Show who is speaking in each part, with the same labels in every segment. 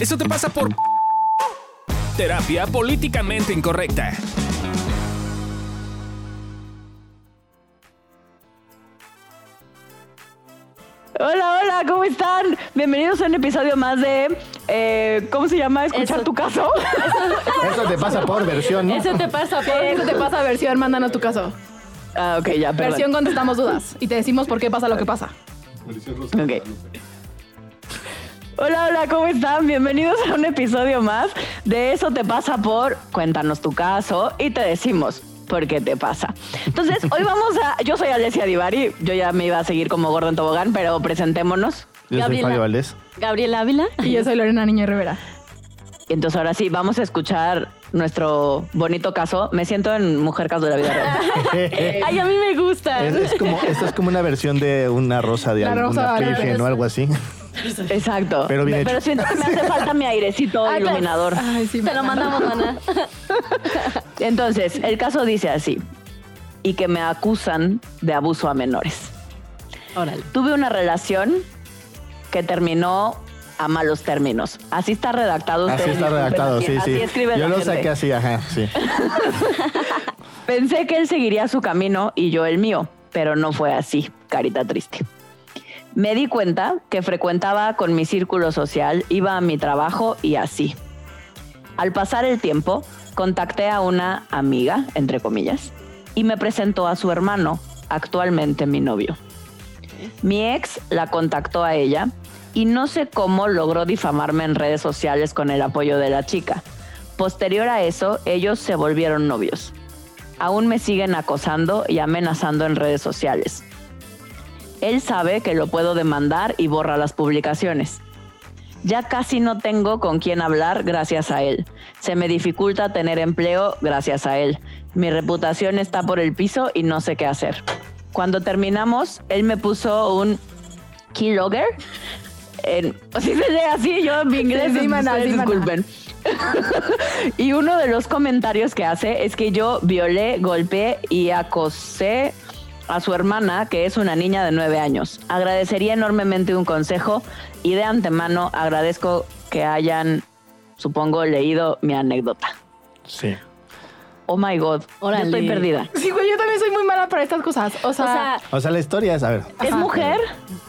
Speaker 1: Eso te pasa por terapia políticamente incorrecta.
Speaker 2: Hola, hola, ¿cómo están? Bienvenidos a un episodio más de. eh, ¿Cómo se llama? Escuchar
Speaker 3: Eso.
Speaker 2: tu caso.
Speaker 4: Eso te pasa por versión, ¿no?
Speaker 3: Eso te pasa, por- eso te pasa versión, mándanos tu caso.
Speaker 2: ah, ok, ya, perdón.
Speaker 3: Versión contestamos dudas y te decimos por qué pasa lo que pasa.
Speaker 2: Ok. Hola, hola, ¿cómo están? Bienvenidos a un episodio más de Eso te pasa por Cuéntanos tu caso y te decimos por qué te pasa. Entonces, hoy vamos a... Yo soy Alessia Divari, yo ya me iba a seguir como gordo en tobogán, pero presentémonos.
Speaker 4: Yo soy
Speaker 5: Gabriela.
Speaker 4: Fabio Valdés.
Speaker 5: Gabriel Ávila.
Speaker 3: Y yo soy Lorena Niño Rivera.
Speaker 2: Y entonces ahora sí, vamos a escuchar nuestro bonito caso. Me siento en Mujer Caso de la Vida Real.
Speaker 4: es,
Speaker 5: Ay, a mí me gusta.
Speaker 4: es como, esta es como una versión de una rosa de
Speaker 3: La
Speaker 4: alguna
Speaker 3: rosa de la
Speaker 4: virgen o algo así.
Speaker 2: Exacto.
Speaker 4: Pero bien hecho.
Speaker 2: Pero siento que me hace falta mi airecito
Speaker 5: Ay, pues. claro.
Speaker 2: iluminador.
Speaker 3: Ay, sí,
Speaker 5: Te lo mandamos, Ana.
Speaker 2: Entonces, el caso dice así. Y que me acusan de abuso a menores.
Speaker 5: Órale.
Speaker 2: Tuve una relación que terminó a malos términos. Así está redactado.
Speaker 4: Así
Speaker 2: ustedes
Speaker 4: está
Speaker 2: disculpen
Speaker 4: redactado,
Speaker 2: aquí.
Speaker 4: sí,
Speaker 2: Así
Speaker 4: sí.
Speaker 2: escribe
Speaker 4: Yo
Speaker 2: la
Speaker 4: lo
Speaker 2: gente.
Speaker 4: saqué así, ajá, sí.
Speaker 2: Pensé que él seguiría su camino y yo el mío, pero no fue así, carita triste. Me di cuenta que frecuentaba con mi círculo social, iba a mi trabajo y así. Al pasar el tiempo, contacté a una amiga, entre comillas, y me presentó a su hermano, actualmente mi novio. Mi ex la contactó a ella y no sé cómo logró difamarme en redes sociales con el apoyo de la chica. Posterior a eso, ellos se volvieron novios aún me siguen acosando y amenazando en redes sociales. Él sabe que lo puedo demandar y borra las publicaciones. Ya casi no tengo con quién hablar gracias a él. Se me dificulta tener empleo gracias a él. Mi reputación está por el piso y no sé qué hacer. Cuando terminamos, él me puso un keylogger. En, si se lee así, yo mi inglés,
Speaker 3: sí, maná,
Speaker 2: ustedes
Speaker 3: sí, maná.
Speaker 2: disculpen. Y uno de los comentarios que hace es que yo violé, golpeé y acosé a su hermana, que es una niña de nueve años. Agradecería enormemente un consejo y de antemano agradezco que hayan, supongo, leído mi anécdota.
Speaker 4: Sí.
Speaker 2: Oh my God,
Speaker 5: Órale.
Speaker 2: yo estoy perdida.
Speaker 3: Sí, güey, yo también soy muy mala para estas cosas. O
Speaker 5: O
Speaker 3: sea,
Speaker 5: sea,
Speaker 4: O sea, la historia es, a ver,
Speaker 2: ¿Es
Speaker 3: Ajá.
Speaker 2: mujer?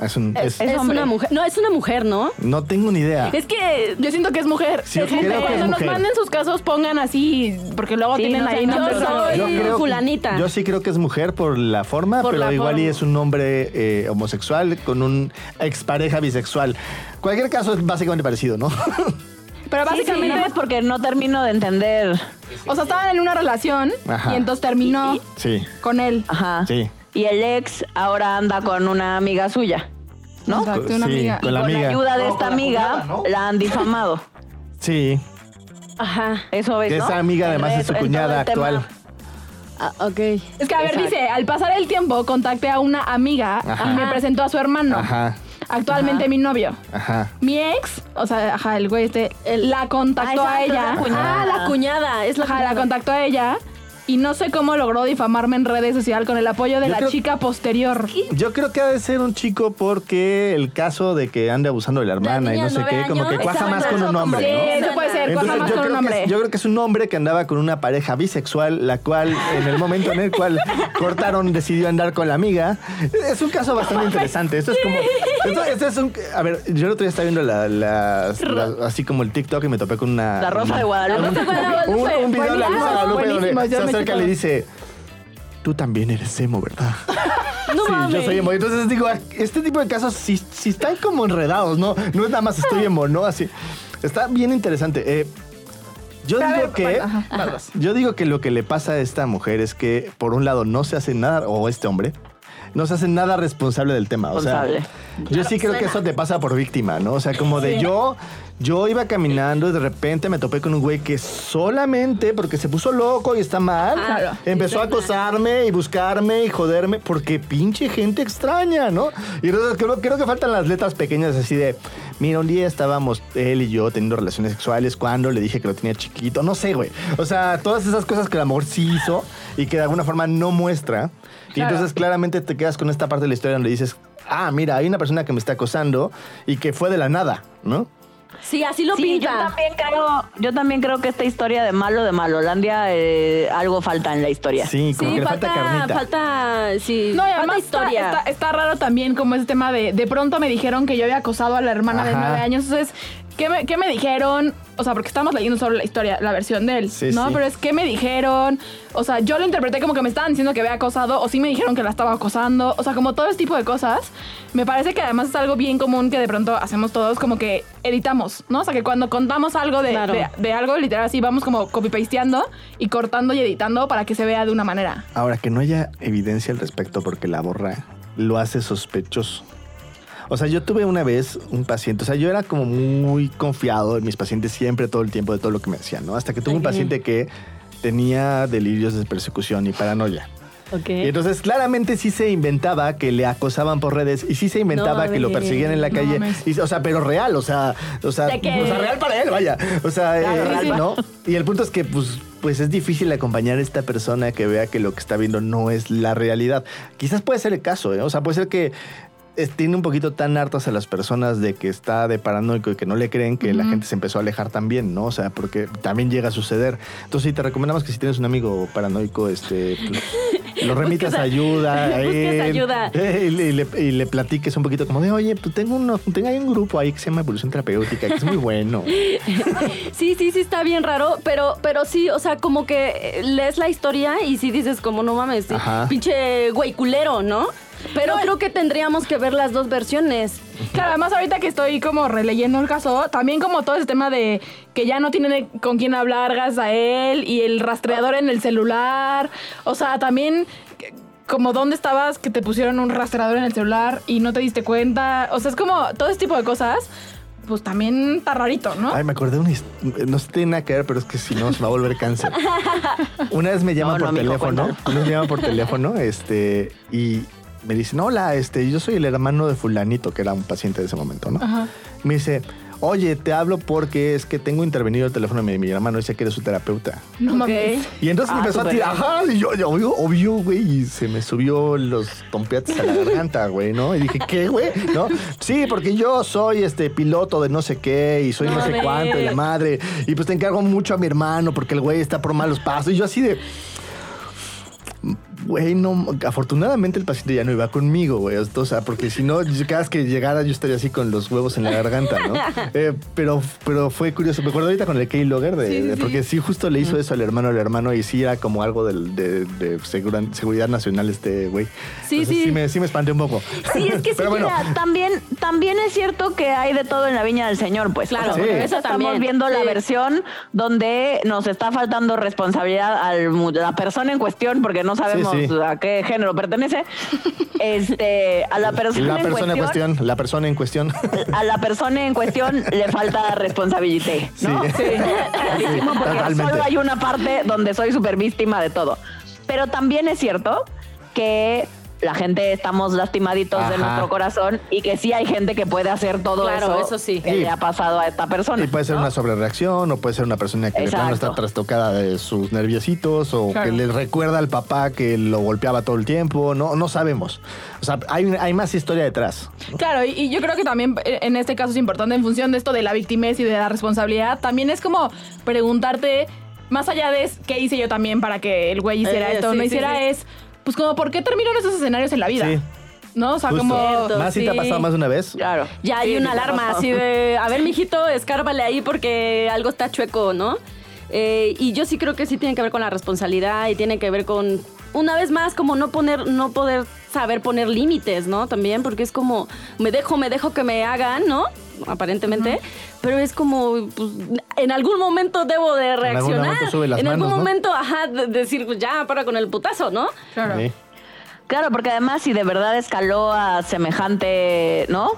Speaker 4: es un... es-
Speaker 2: es
Speaker 5: es
Speaker 2: hombre.
Speaker 5: una mujer. No, es una mujer, ¿no?
Speaker 4: no tengo ni idea.
Speaker 5: Es que
Speaker 3: yo siento que es mujer.
Speaker 4: Sí,
Speaker 3: Es mujer.
Speaker 4: creo que es
Speaker 3: Cuando nos
Speaker 4: mujer.
Speaker 3: manden sus casos, pongan así, porque luego
Speaker 2: Sí,
Speaker 3: tienen
Speaker 2: no
Speaker 3: ahí
Speaker 2: sé, yo
Speaker 3: nombres
Speaker 5: soy-
Speaker 3: raros.
Speaker 5: Yo- fulanita.
Speaker 4: Yo sí creo que es mujer por la forma,
Speaker 3: Por
Speaker 4: pero
Speaker 3: la
Speaker 4: igual y
Speaker 3: forma.
Speaker 4: es un hombre eh, homosexual con un expareja bisexual. Cualquier caso es básicamente parecido, ¿no?
Speaker 3: Pero
Speaker 2: Básicamente
Speaker 3: básicamente,
Speaker 2: es porque no termino de entender.
Speaker 3: o sea, estaban en una relación
Speaker 4: Ajá.
Speaker 3: y entonces terminó
Speaker 4: sí,
Speaker 3: con él.
Speaker 2: Ajá.
Speaker 4: sí.
Speaker 2: Y el ex ahora anda con una amiga suya, ¿no?
Speaker 3: Exacto, una
Speaker 4: Sí,
Speaker 3: amiga.
Speaker 4: con la
Speaker 2: Con la
Speaker 4: amiga.
Speaker 2: ayuda de
Speaker 4: No,
Speaker 2: esta
Speaker 4: con la
Speaker 2: amiga,
Speaker 4: cuñada, ¿no?
Speaker 2: la han difamado.
Speaker 4: Sí,
Speaker 5: Ajá.
Speaker 2: Eso ves,
Speaker 4: que
Speaker 2: Pues, ¿no?
Speaker 4: esa amiga además
Speaker 2: En
Speaker 4: es su
Speaker 2: todo el
Speaker 4: cuñada
Speaker 2: tema.
Speaker 4: actual.
Speaker 5: Ah, ok.
Speaker 3: Es que, a ver,
Speaker 2: Exacto.
Speaker 3: dice, al pasar el tiempo contacté a una amiga
Speaker 4: Ajá.
Speaker 3: y me presentó a su hermano,
Speaker 4: Ajá,
Speaker 3: actualmente mi novio.
Speaker 4: ajá.
Speaker 3: Mi ex, o sea, ajá, el güey este, él la contactó
Speaker 5: Ah,
Speaker 3: a
Speaker 5: exacto,
Speaker 3: ella.
Speaker 5: la cuñada. Ah, la cuñada. Es la
Speaker 3: Ajá, la contactó a ella. Y no sé cómo logró difamarme en redes sociales con el apoyo de
Speaker 4: Yo
Speaker 3: la
Speaker 4: creo-
Speaker 3: chica posterior.
Speaker 4: Yo creo que ha de ser un chico porque el caso de que ande abusando de la hermana y
Speaker 5: niña
Speaker 4: no
Speaker 5: de
Speaker 4: sé qué,
Speaker 5: nueve
Speaker 4: como que
Speaker 5: años.
Speaker 4: cuaja más
Speaker 5: Exacto,
Speaker 4: con un
Speaker 5: como-
Speaker 4: hombre,
Speaker 3: Sí,
Speaker 4: ¿no?
Speaker 3: eso puede ser, cuaja
Speaker 4: Entonces,
Speaker 3: más
Speaker 4: yo,
Speaker 3: con un
Speaker 4: creo que
Speaker 3: hombre.
Speaker 4: es, yo creo que es un hombre que andaba con una pareja bisexual, la cual en el momento en el cual cortaron decidió andar con la amiga. Es un caso bastante interesante. Esto es como... Esto, esto es un, a ver, yo el otro día estaba viendo la, la- la- así como el TikTok y me topé con una...
Speaker 2: La Rosa de Guadalupe.
Speaker 4: un-
Speaker 2: La Rosa de
Speaker 4: Un,
Speaker 3: Guadalupe.
Speaker 4: un video de la Rosa de Guadalupe
Speaker 3: Buenísimo,
Speaker 4: donde
Speaker 3: yo
Speaker 4: se
Speaker 3: me
Speaker 4: acerca y
Speaker 3: quito-
Speaker 4: le dice... Tú también eres emo, ¿verdad?
Speaker 5: No
Speaker 4: Sí,
Speaker 5: mames.
Speaker 4: yo soy emo. Entonces digo, este tipo de casos si, si están como enredados, ¿no? No es nada más estoy emo, ¿no? Así. Está bien interesante. Eh, yo
Speaker 3: A
Speaker 4: digo
Speaker 3: ver,
Speaker 4: que.
Speaker 3: bueno, ajá,
Speaker 4: Ajá. Yo digo que lo que le pasa a esta mujer es que, por un lado, no se hace nada, o este hombre, no se hace nada responsable del tema. O sea,
Speaker 2: Responsable.
Speaker 4: yo sí creo que eso te pasa por víctima, ¿no? O sea, como de yo. Yo iba caminando y de repente me topé con un güey que solamente porque se puso loco y está mal,
Speaker 5: Claro.
Speaker 4: Ah, empezó a acosarme y buscarme y joderme porque pinche gente extraña, ¿no? Y entonces creo, creo que faltan las letras pequeñas así de, mira, un día estábamos él y yo teniendo relaciones sexuales cuando le dije que lo tenía chiquito, no sé, güey. O sea, todas esas cosas que el amor sí hizo y que de alguna forma no muestra. Y
Speaker 3: Claro.
Speaker 4: entonces claramente te quedas con esta parte de la historia donde dices, ah, mira, hay una persona que me está acosando y que fue de la nada, ¿no?
Speaker 5: Sí, así lo
Speaker 2: sí,
Speaker 5: pinta.
Speaker 2: Yo también, creo, yo también creo que esta historia de malo de Malolandia eh, algo falta en la historia.
Speaker 4: Sí, como
Speaker 5: sí,
Speaker 4: que le
Speaker 5: falta,
Speaker 4: falta carnita.
Speaker 5: falta, sí,
Speaker 3: No, y
Speaker 5: falta
Speaker 3: además está-
Speaker 5: historia.
Speaker 3: Está, está raro también como ese tema de de pronto me dijeron que yo había acosado a la hermana de
Speaker 4: Ajá.
Speaker 3: nueve años. Entonces, ¿qué me, qué me dijeron? O sea, porque estamos leyendo solo la historia, la versión de él,
Speaker 4: Sí,
Speaker 3: ¿no?
Speaker 4: sí.
Speaker 3: Pero es ¿qué me dijeron? O sea, yo lo interpreté como que me estaban diciendo que había acosado o sí me dijeron que la estaba acosando. O sea, como todo ese tipo de cosas. Me parece que además es algo bien común que de pronto hacemos todos como que editamos, ¿no? O sea, que cuando contamos algo de,
Speaker 5: Claro.
Speaker 3: de- de algo literal así, vamos como copy-pasteando y cortando y editando para que se vea de una manera.
Speaker 4: Ahora, que no haya evidencia al respecto porque la borra lo hace sospechoso. O sea, yo tuve una vez un paciente, o sea, yo era como muy confiado en mis pacientes siempre, todo el tiempo, de todo lo que me hacían, ¿no? Hasta que tuve un
Speaker 5: Ok.
Speaker 4: paciente que tenía delirios de persecución y paranoia.
Speaker 5: Ok.
Speaker 4: Y entonces claramente sí se inventaba que le acosaban por redes y sí se inventaba
Speaker 5: No
Speaker 4: que lo
Speaker 5: mames.
Speaker 4: perseguían en la
Speaker 3: No
Speaker 4: calle.
Speaker 3: mames.
Speaker 4: Y, o sea, pero real, o sea, o sea,
Speaker 5: De que-
Speaker 4: o sea, real para él, vaya. O sea,
Speaker 5: Claro,
Speaker 4: eh,
Speaker 5: sí, sí.
Speaker 4: ¿no? Y el punto es que pues, pues es difícil acompañar a esta persona que vea que lo que está viendo no es la realidad. Quizás puede ser el caso, ¿eh? O sea, puede ser que es- tiene un poquito tan hartas a las personas de que está de paranoico y que no le creen que la
Speaker 3: Ujú.
Speaker 4: gente se empezó a alejar también, ¿no? O sea, porque también llega a suceder. Entonces sí, te recomendamos que si tienes un amigo paranoico, este, pues, lo remitas a ayuda. a
Speaker 5: busques
Speaker 4: él,
Speaker 5: ayuda.
Speaker 4: eh, Y le, y le- y le platiques un poquito como de, oye, pues tengo, uno, tengo ahí un grupo ahí que se llama Evolución Terapéutica, que es muy bueno.
Speaker 5: Sí, sí, sí, está bien raro, pero, pero sí, o sea, como que eh, lees la historia y sí dices como, no mames, sí,
Speaker 4: Ajá.
Speaker 5: pinche güey culero, ¿no? Pero creo que tendríamos que ver las dos versiones.
Speaker 3: Claro, además ahorita que estoy como releyendo el caso, también como todo ese tema de que ya no tienen con quién hablar gracias a él y el rastreador en el celular, o sea, también que- como dónde estabas que te pusieron un rastreador en el celular y no te diste cuenta, o sea, es como todo ese tipo de cosas, pues también está rarito, ¿no?
Speaker 4: Ay, me acordé de una his- No sé, tiene nada que ver, pero es que si no, se va a volver cáncer. Una vez me llama
Speaker 2: No, no,
Speaker 4: por
Speaker 2: mijo,
Speaker 4: teléfono.
Speaker 2: cuéntalo.
Speaker 4: Una vez me llama por teléfono, este, y me dicen, hola, este, yo soy el hermano de fulanito, que era un paciente de ese momento, ¿no?
Speaker 3: Ajá.
Speaker 4: Me dice, oye, te hablo porque es que tengo intervenido el teléfono de mi, mi hermano, dice que eres su terapeuta.
Speaker 3: No
Speaker 5: Ok.
Speaker 3: mames.
Speaker 4: Y entonces me
Speaker 2: Ah,
Speaker 4: empezó a
Speaker 2: súper
Speaker 4: tirar, ajá, y yo, yo, obvio, obvio, güey, y se me subió los tompiates a la garganta, güey, ¿no? Y dije, ¿qué, güey? ¿No? Sí, porque yo soy este piloto de no sé qué y soy no,
Speaker 5: No,
Speaker 4: sé
Speaker 5: ve.
Speaker 4: cuánto y la madre, y pues te encargo mucho a mi hermano porque el güey está por malos pasos, y yo así de... Güey, no, afortunadamente el paciente ya no iba conmigo, güey. O sea, porque si no, yo- cada vez que llegara yo estaría así con los huevos en la garganta, ¿no? Eh, pero, pero fue curioso. Me acuerdo ahorita con el Keylogger, de, de- porque sí, justo le hizo eso al hermano, al hermano, y sí era como algo del- de, de segura- seguridad nacional este güey.
Speaker 5: Sí,
Speaker 4: Entonces,
Speaker 5: sí.
Speaker 4: me, sí me espanté un poco.
Speaker 2: Sí, es que sí,
Speaker 4: Pero bueno,
Speaker 2: mira, también, también es cierto que hay de todo en la viña del señor, pues.
Speaker 5: Claro,
Speaker 4: Sí.
Speaker 2: porque
Speaker 5: eso
Speaker 2: Estamos
Speaker 5: también.
Speaker 2: viendo la
Speaker 5: Sí.
Speaker 2: versión donde nos está faltando responsabilidad a la persona en cuestión, porque no sabemos
Speaker 4: Sí, sí.
Speaker 2: a qué género pertenece. Este, a la persona,
Speaker 4: la
Speaker 2: en,
Speaker 4: persona en
Speaker 2: cuestión,
Speaker 4: cuestión, la persona en cuestión.
Speaker 2: A la persona en cuestión le falta responsabilidad, ¿no?
Speaker 4: Sí.
Speaker 2: Clarísimo, porque
Speaker 4: totalmente.
Speaker 2: solo hay una parte donde soy súper víctima de todo. Pero también es cierto que la gente estamos lastimaditos
Speaker 4: Ajá.
Speaker 2: de nuestro corazón y que sí hay gente que puede hacer todo
Speaker 5: Claro,
Speaker 2: eso,
Speaker 5: eso sí.
Speaker 2: que
Speaker 4: Sí.
Speaker 2: le ha pasado a esta persona.
Speaker 4: Y puede ser
Speaker 2: ¿no?
Speaker 4: una sobrereacción, o puede ser una persona que de plano
Speaker 2: Exacto.
Speaker 4: está trastocada de sus nerviositos, o
Speaker 3: Claro.
Speaker 4: que le recuerda al papá que lo golpeaba todo el tiempo. No, no sabemos. O sea, hay, hay más historia detrás.
Speaker 3: Claro, y, y yo creo que también eh, en este caso es importante en función de esto de la victimez y de la responsabilidad, también es como preguntarte, más allá de es, qué hice yo también para que el güey hiciera
Speaker 5: Eh,
Speaker 3: esto,
Speaker 5: sí,
Speaker 3: no
Speaker 5: sí,
Speaker 3: hiciera
Speaker 5: sí.
Speaker 3: es, pues como, ¿por qué terminaron esos escenarios en la vida?
Speaker 4: Sí.
Speaker 3: ¿No? O sea,
Speaker 4: Justo.
Speaker 3: como...
Speaker 5: Cierto.
Speaker 4: más si te ha
Speaker 5: sí.
Speaker 4: pasado más de una vez.
Speaker 2: Claro.
Speaker 5: Ya hay
Speaker 2: Sí,
Speaker 5: una
Speaker 2: sí, te
Speaker 5: alarma
Speaker 2: pasó.
Speaker 5: así de, a ver, mijito, escárbale ahí porque algo está chueco, ¿no? Eh, y yo sí creo que sí tiene que ver con la responsabilidad y tiene que ver con, una vez más, como no poner, no poder saber poner límites, ¿no? También, porque es como, me dejo, me dejo que me hagan, ¿no? Aparentemente, pero es como, pues, en algún momento debo de
Speaker 4: algún momento
Speaker 5: reaccionar.
Speaker 4: sube las
Speaker 5: en algún
Speaker 4: manos, ¿no?
Speaker 5: momento, ajá, de- decir, ya, para con el putazo, ¿no?
Speaker 3: Claro.
Speaker 4: Sí.
Speaker 2: Claro, porque además si de verdad escaló a semejante, ¿no?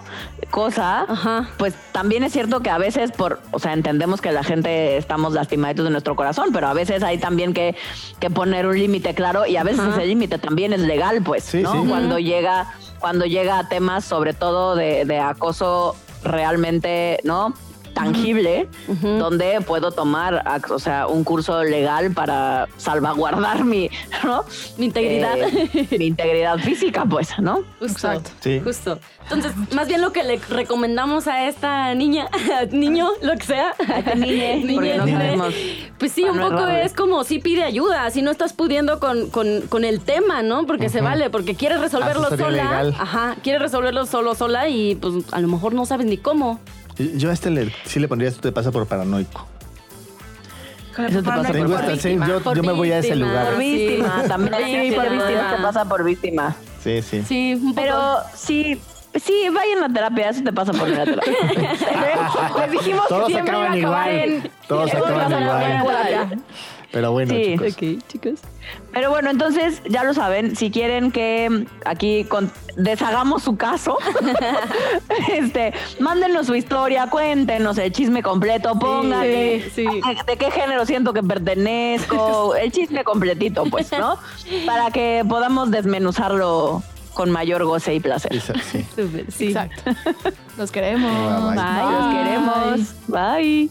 Speaker 2: Cosa,
Speaker 5: Ajá.
Speaker 2: pues también es cierto que a veces por, o sea, entendemos que la gente estamos lastimaditos de nuestro corazón, pero a veces hay también que, que poner un límite claro y a veces ese límite también es legal, pues,
Speaker 4: Sí,
Speaker 2: ¿no?
Speaker 4: sí.
Speaker 2: Cuando llega, cuando llega a temas sobre todo de, de acoso realmente, ¿no? tangible donde puedo tomar, ac- o sea, un curso legal para salvaguardar mi, ¿no?
Speaker 5: Mi integridad.
Speaker 2: Eh, mi integridad física, pues, ¿no?
Speaker 5: Justo,
Speaker 3: Exacto.
Speaker 4: Sí.
Speaker 5: justo. Entonces, más bien lo que le recomendamos a esta niña, niño, lo que sea,
Speaker 2: niñe, porque no
Speaker 5: niñe,
Speaker 2: sabemos
Speaker 5: pues sí,
Speaker 2: para
Speaker 5: un
Speaker 2: no
Speaker 5: poco
Speaker 2: errarle.
Speaker 5: es como si pide ayuda, si no estás pudiendo con, con- con el tema, ¿no? Porque se vale, porque
Speaker 4: Ah,
Speaker 5: quieres resolverlo
Speaker 4: Asesoría
Speaker 5: sola.
Speaker 4: legal.
Speaker 5: Ajá, quieres resolverlo solo, sola y pues a lo mejor no sabes ni cómo.
Speaker 4: Yo a este le- sí le pondría esto te pasa por paranoico.
Speaker 2: Eso te pasa
Speaker 4: Tengo
Speaker 2: por
Speaker 4: hasta el
Speaker 2: víctima.
Speaker 4: sí, yo,
Speaker 5: por
Speaker 4: yo me voy a ese
Speaker 5: víctima.
Speaker 4: lugar.
Speaker 2: Por víctima,
Speaker 5: Sí.
Speaker 2: también.
Speaker 5: Sí, por víctima.
Speaker 2: Te pasa por víctima.
Speaker 4: Sí, sí.
Speaker 5: Sí, un poco.
Speaker 2: Pero sí, sí, vayan a terapia, eso te pasa por ir a terapia.
Speaker 3: Les dijimos que
Speaker 4: Todos
Speaker 3: siempre iba a
Speaker 4: acaban
Speaker 3: acabar
Speaker 4: igual.
Speaker 3: en...
Speaker 4: Todos
Speaker 3: Todos
Speaker 4: acaban
Speaker 3: van a acabar en
Speaker 4: igual.
Speaker 3: terapia.
Speaker 4: Pero bueno,
Speaker 2: Sí.
Speaker 4: chicos.
Speaker 5: chicas.
Speaker 2: Pero bueno, entonces ya lo saben, si quieren que mm, aquí con- deshagamos su caso, este, mándenos su historia, cuéntenos el chisme completo, pónganle
Speaker 5: sí, sí.
Speaker 2: a- de qué género siento que pertenezco, el chisme completito, pues, ¿no? Para que podamos desmenuzarlo con mayor goce y placer.
Speaker 4: Esa- sí.
Speaker 5: Súper, sí.
Speaker 3: Exacto. Los queremos.
Speaker 4: Bye, bye.
Speaker 2: Bye, los queremos. Bye.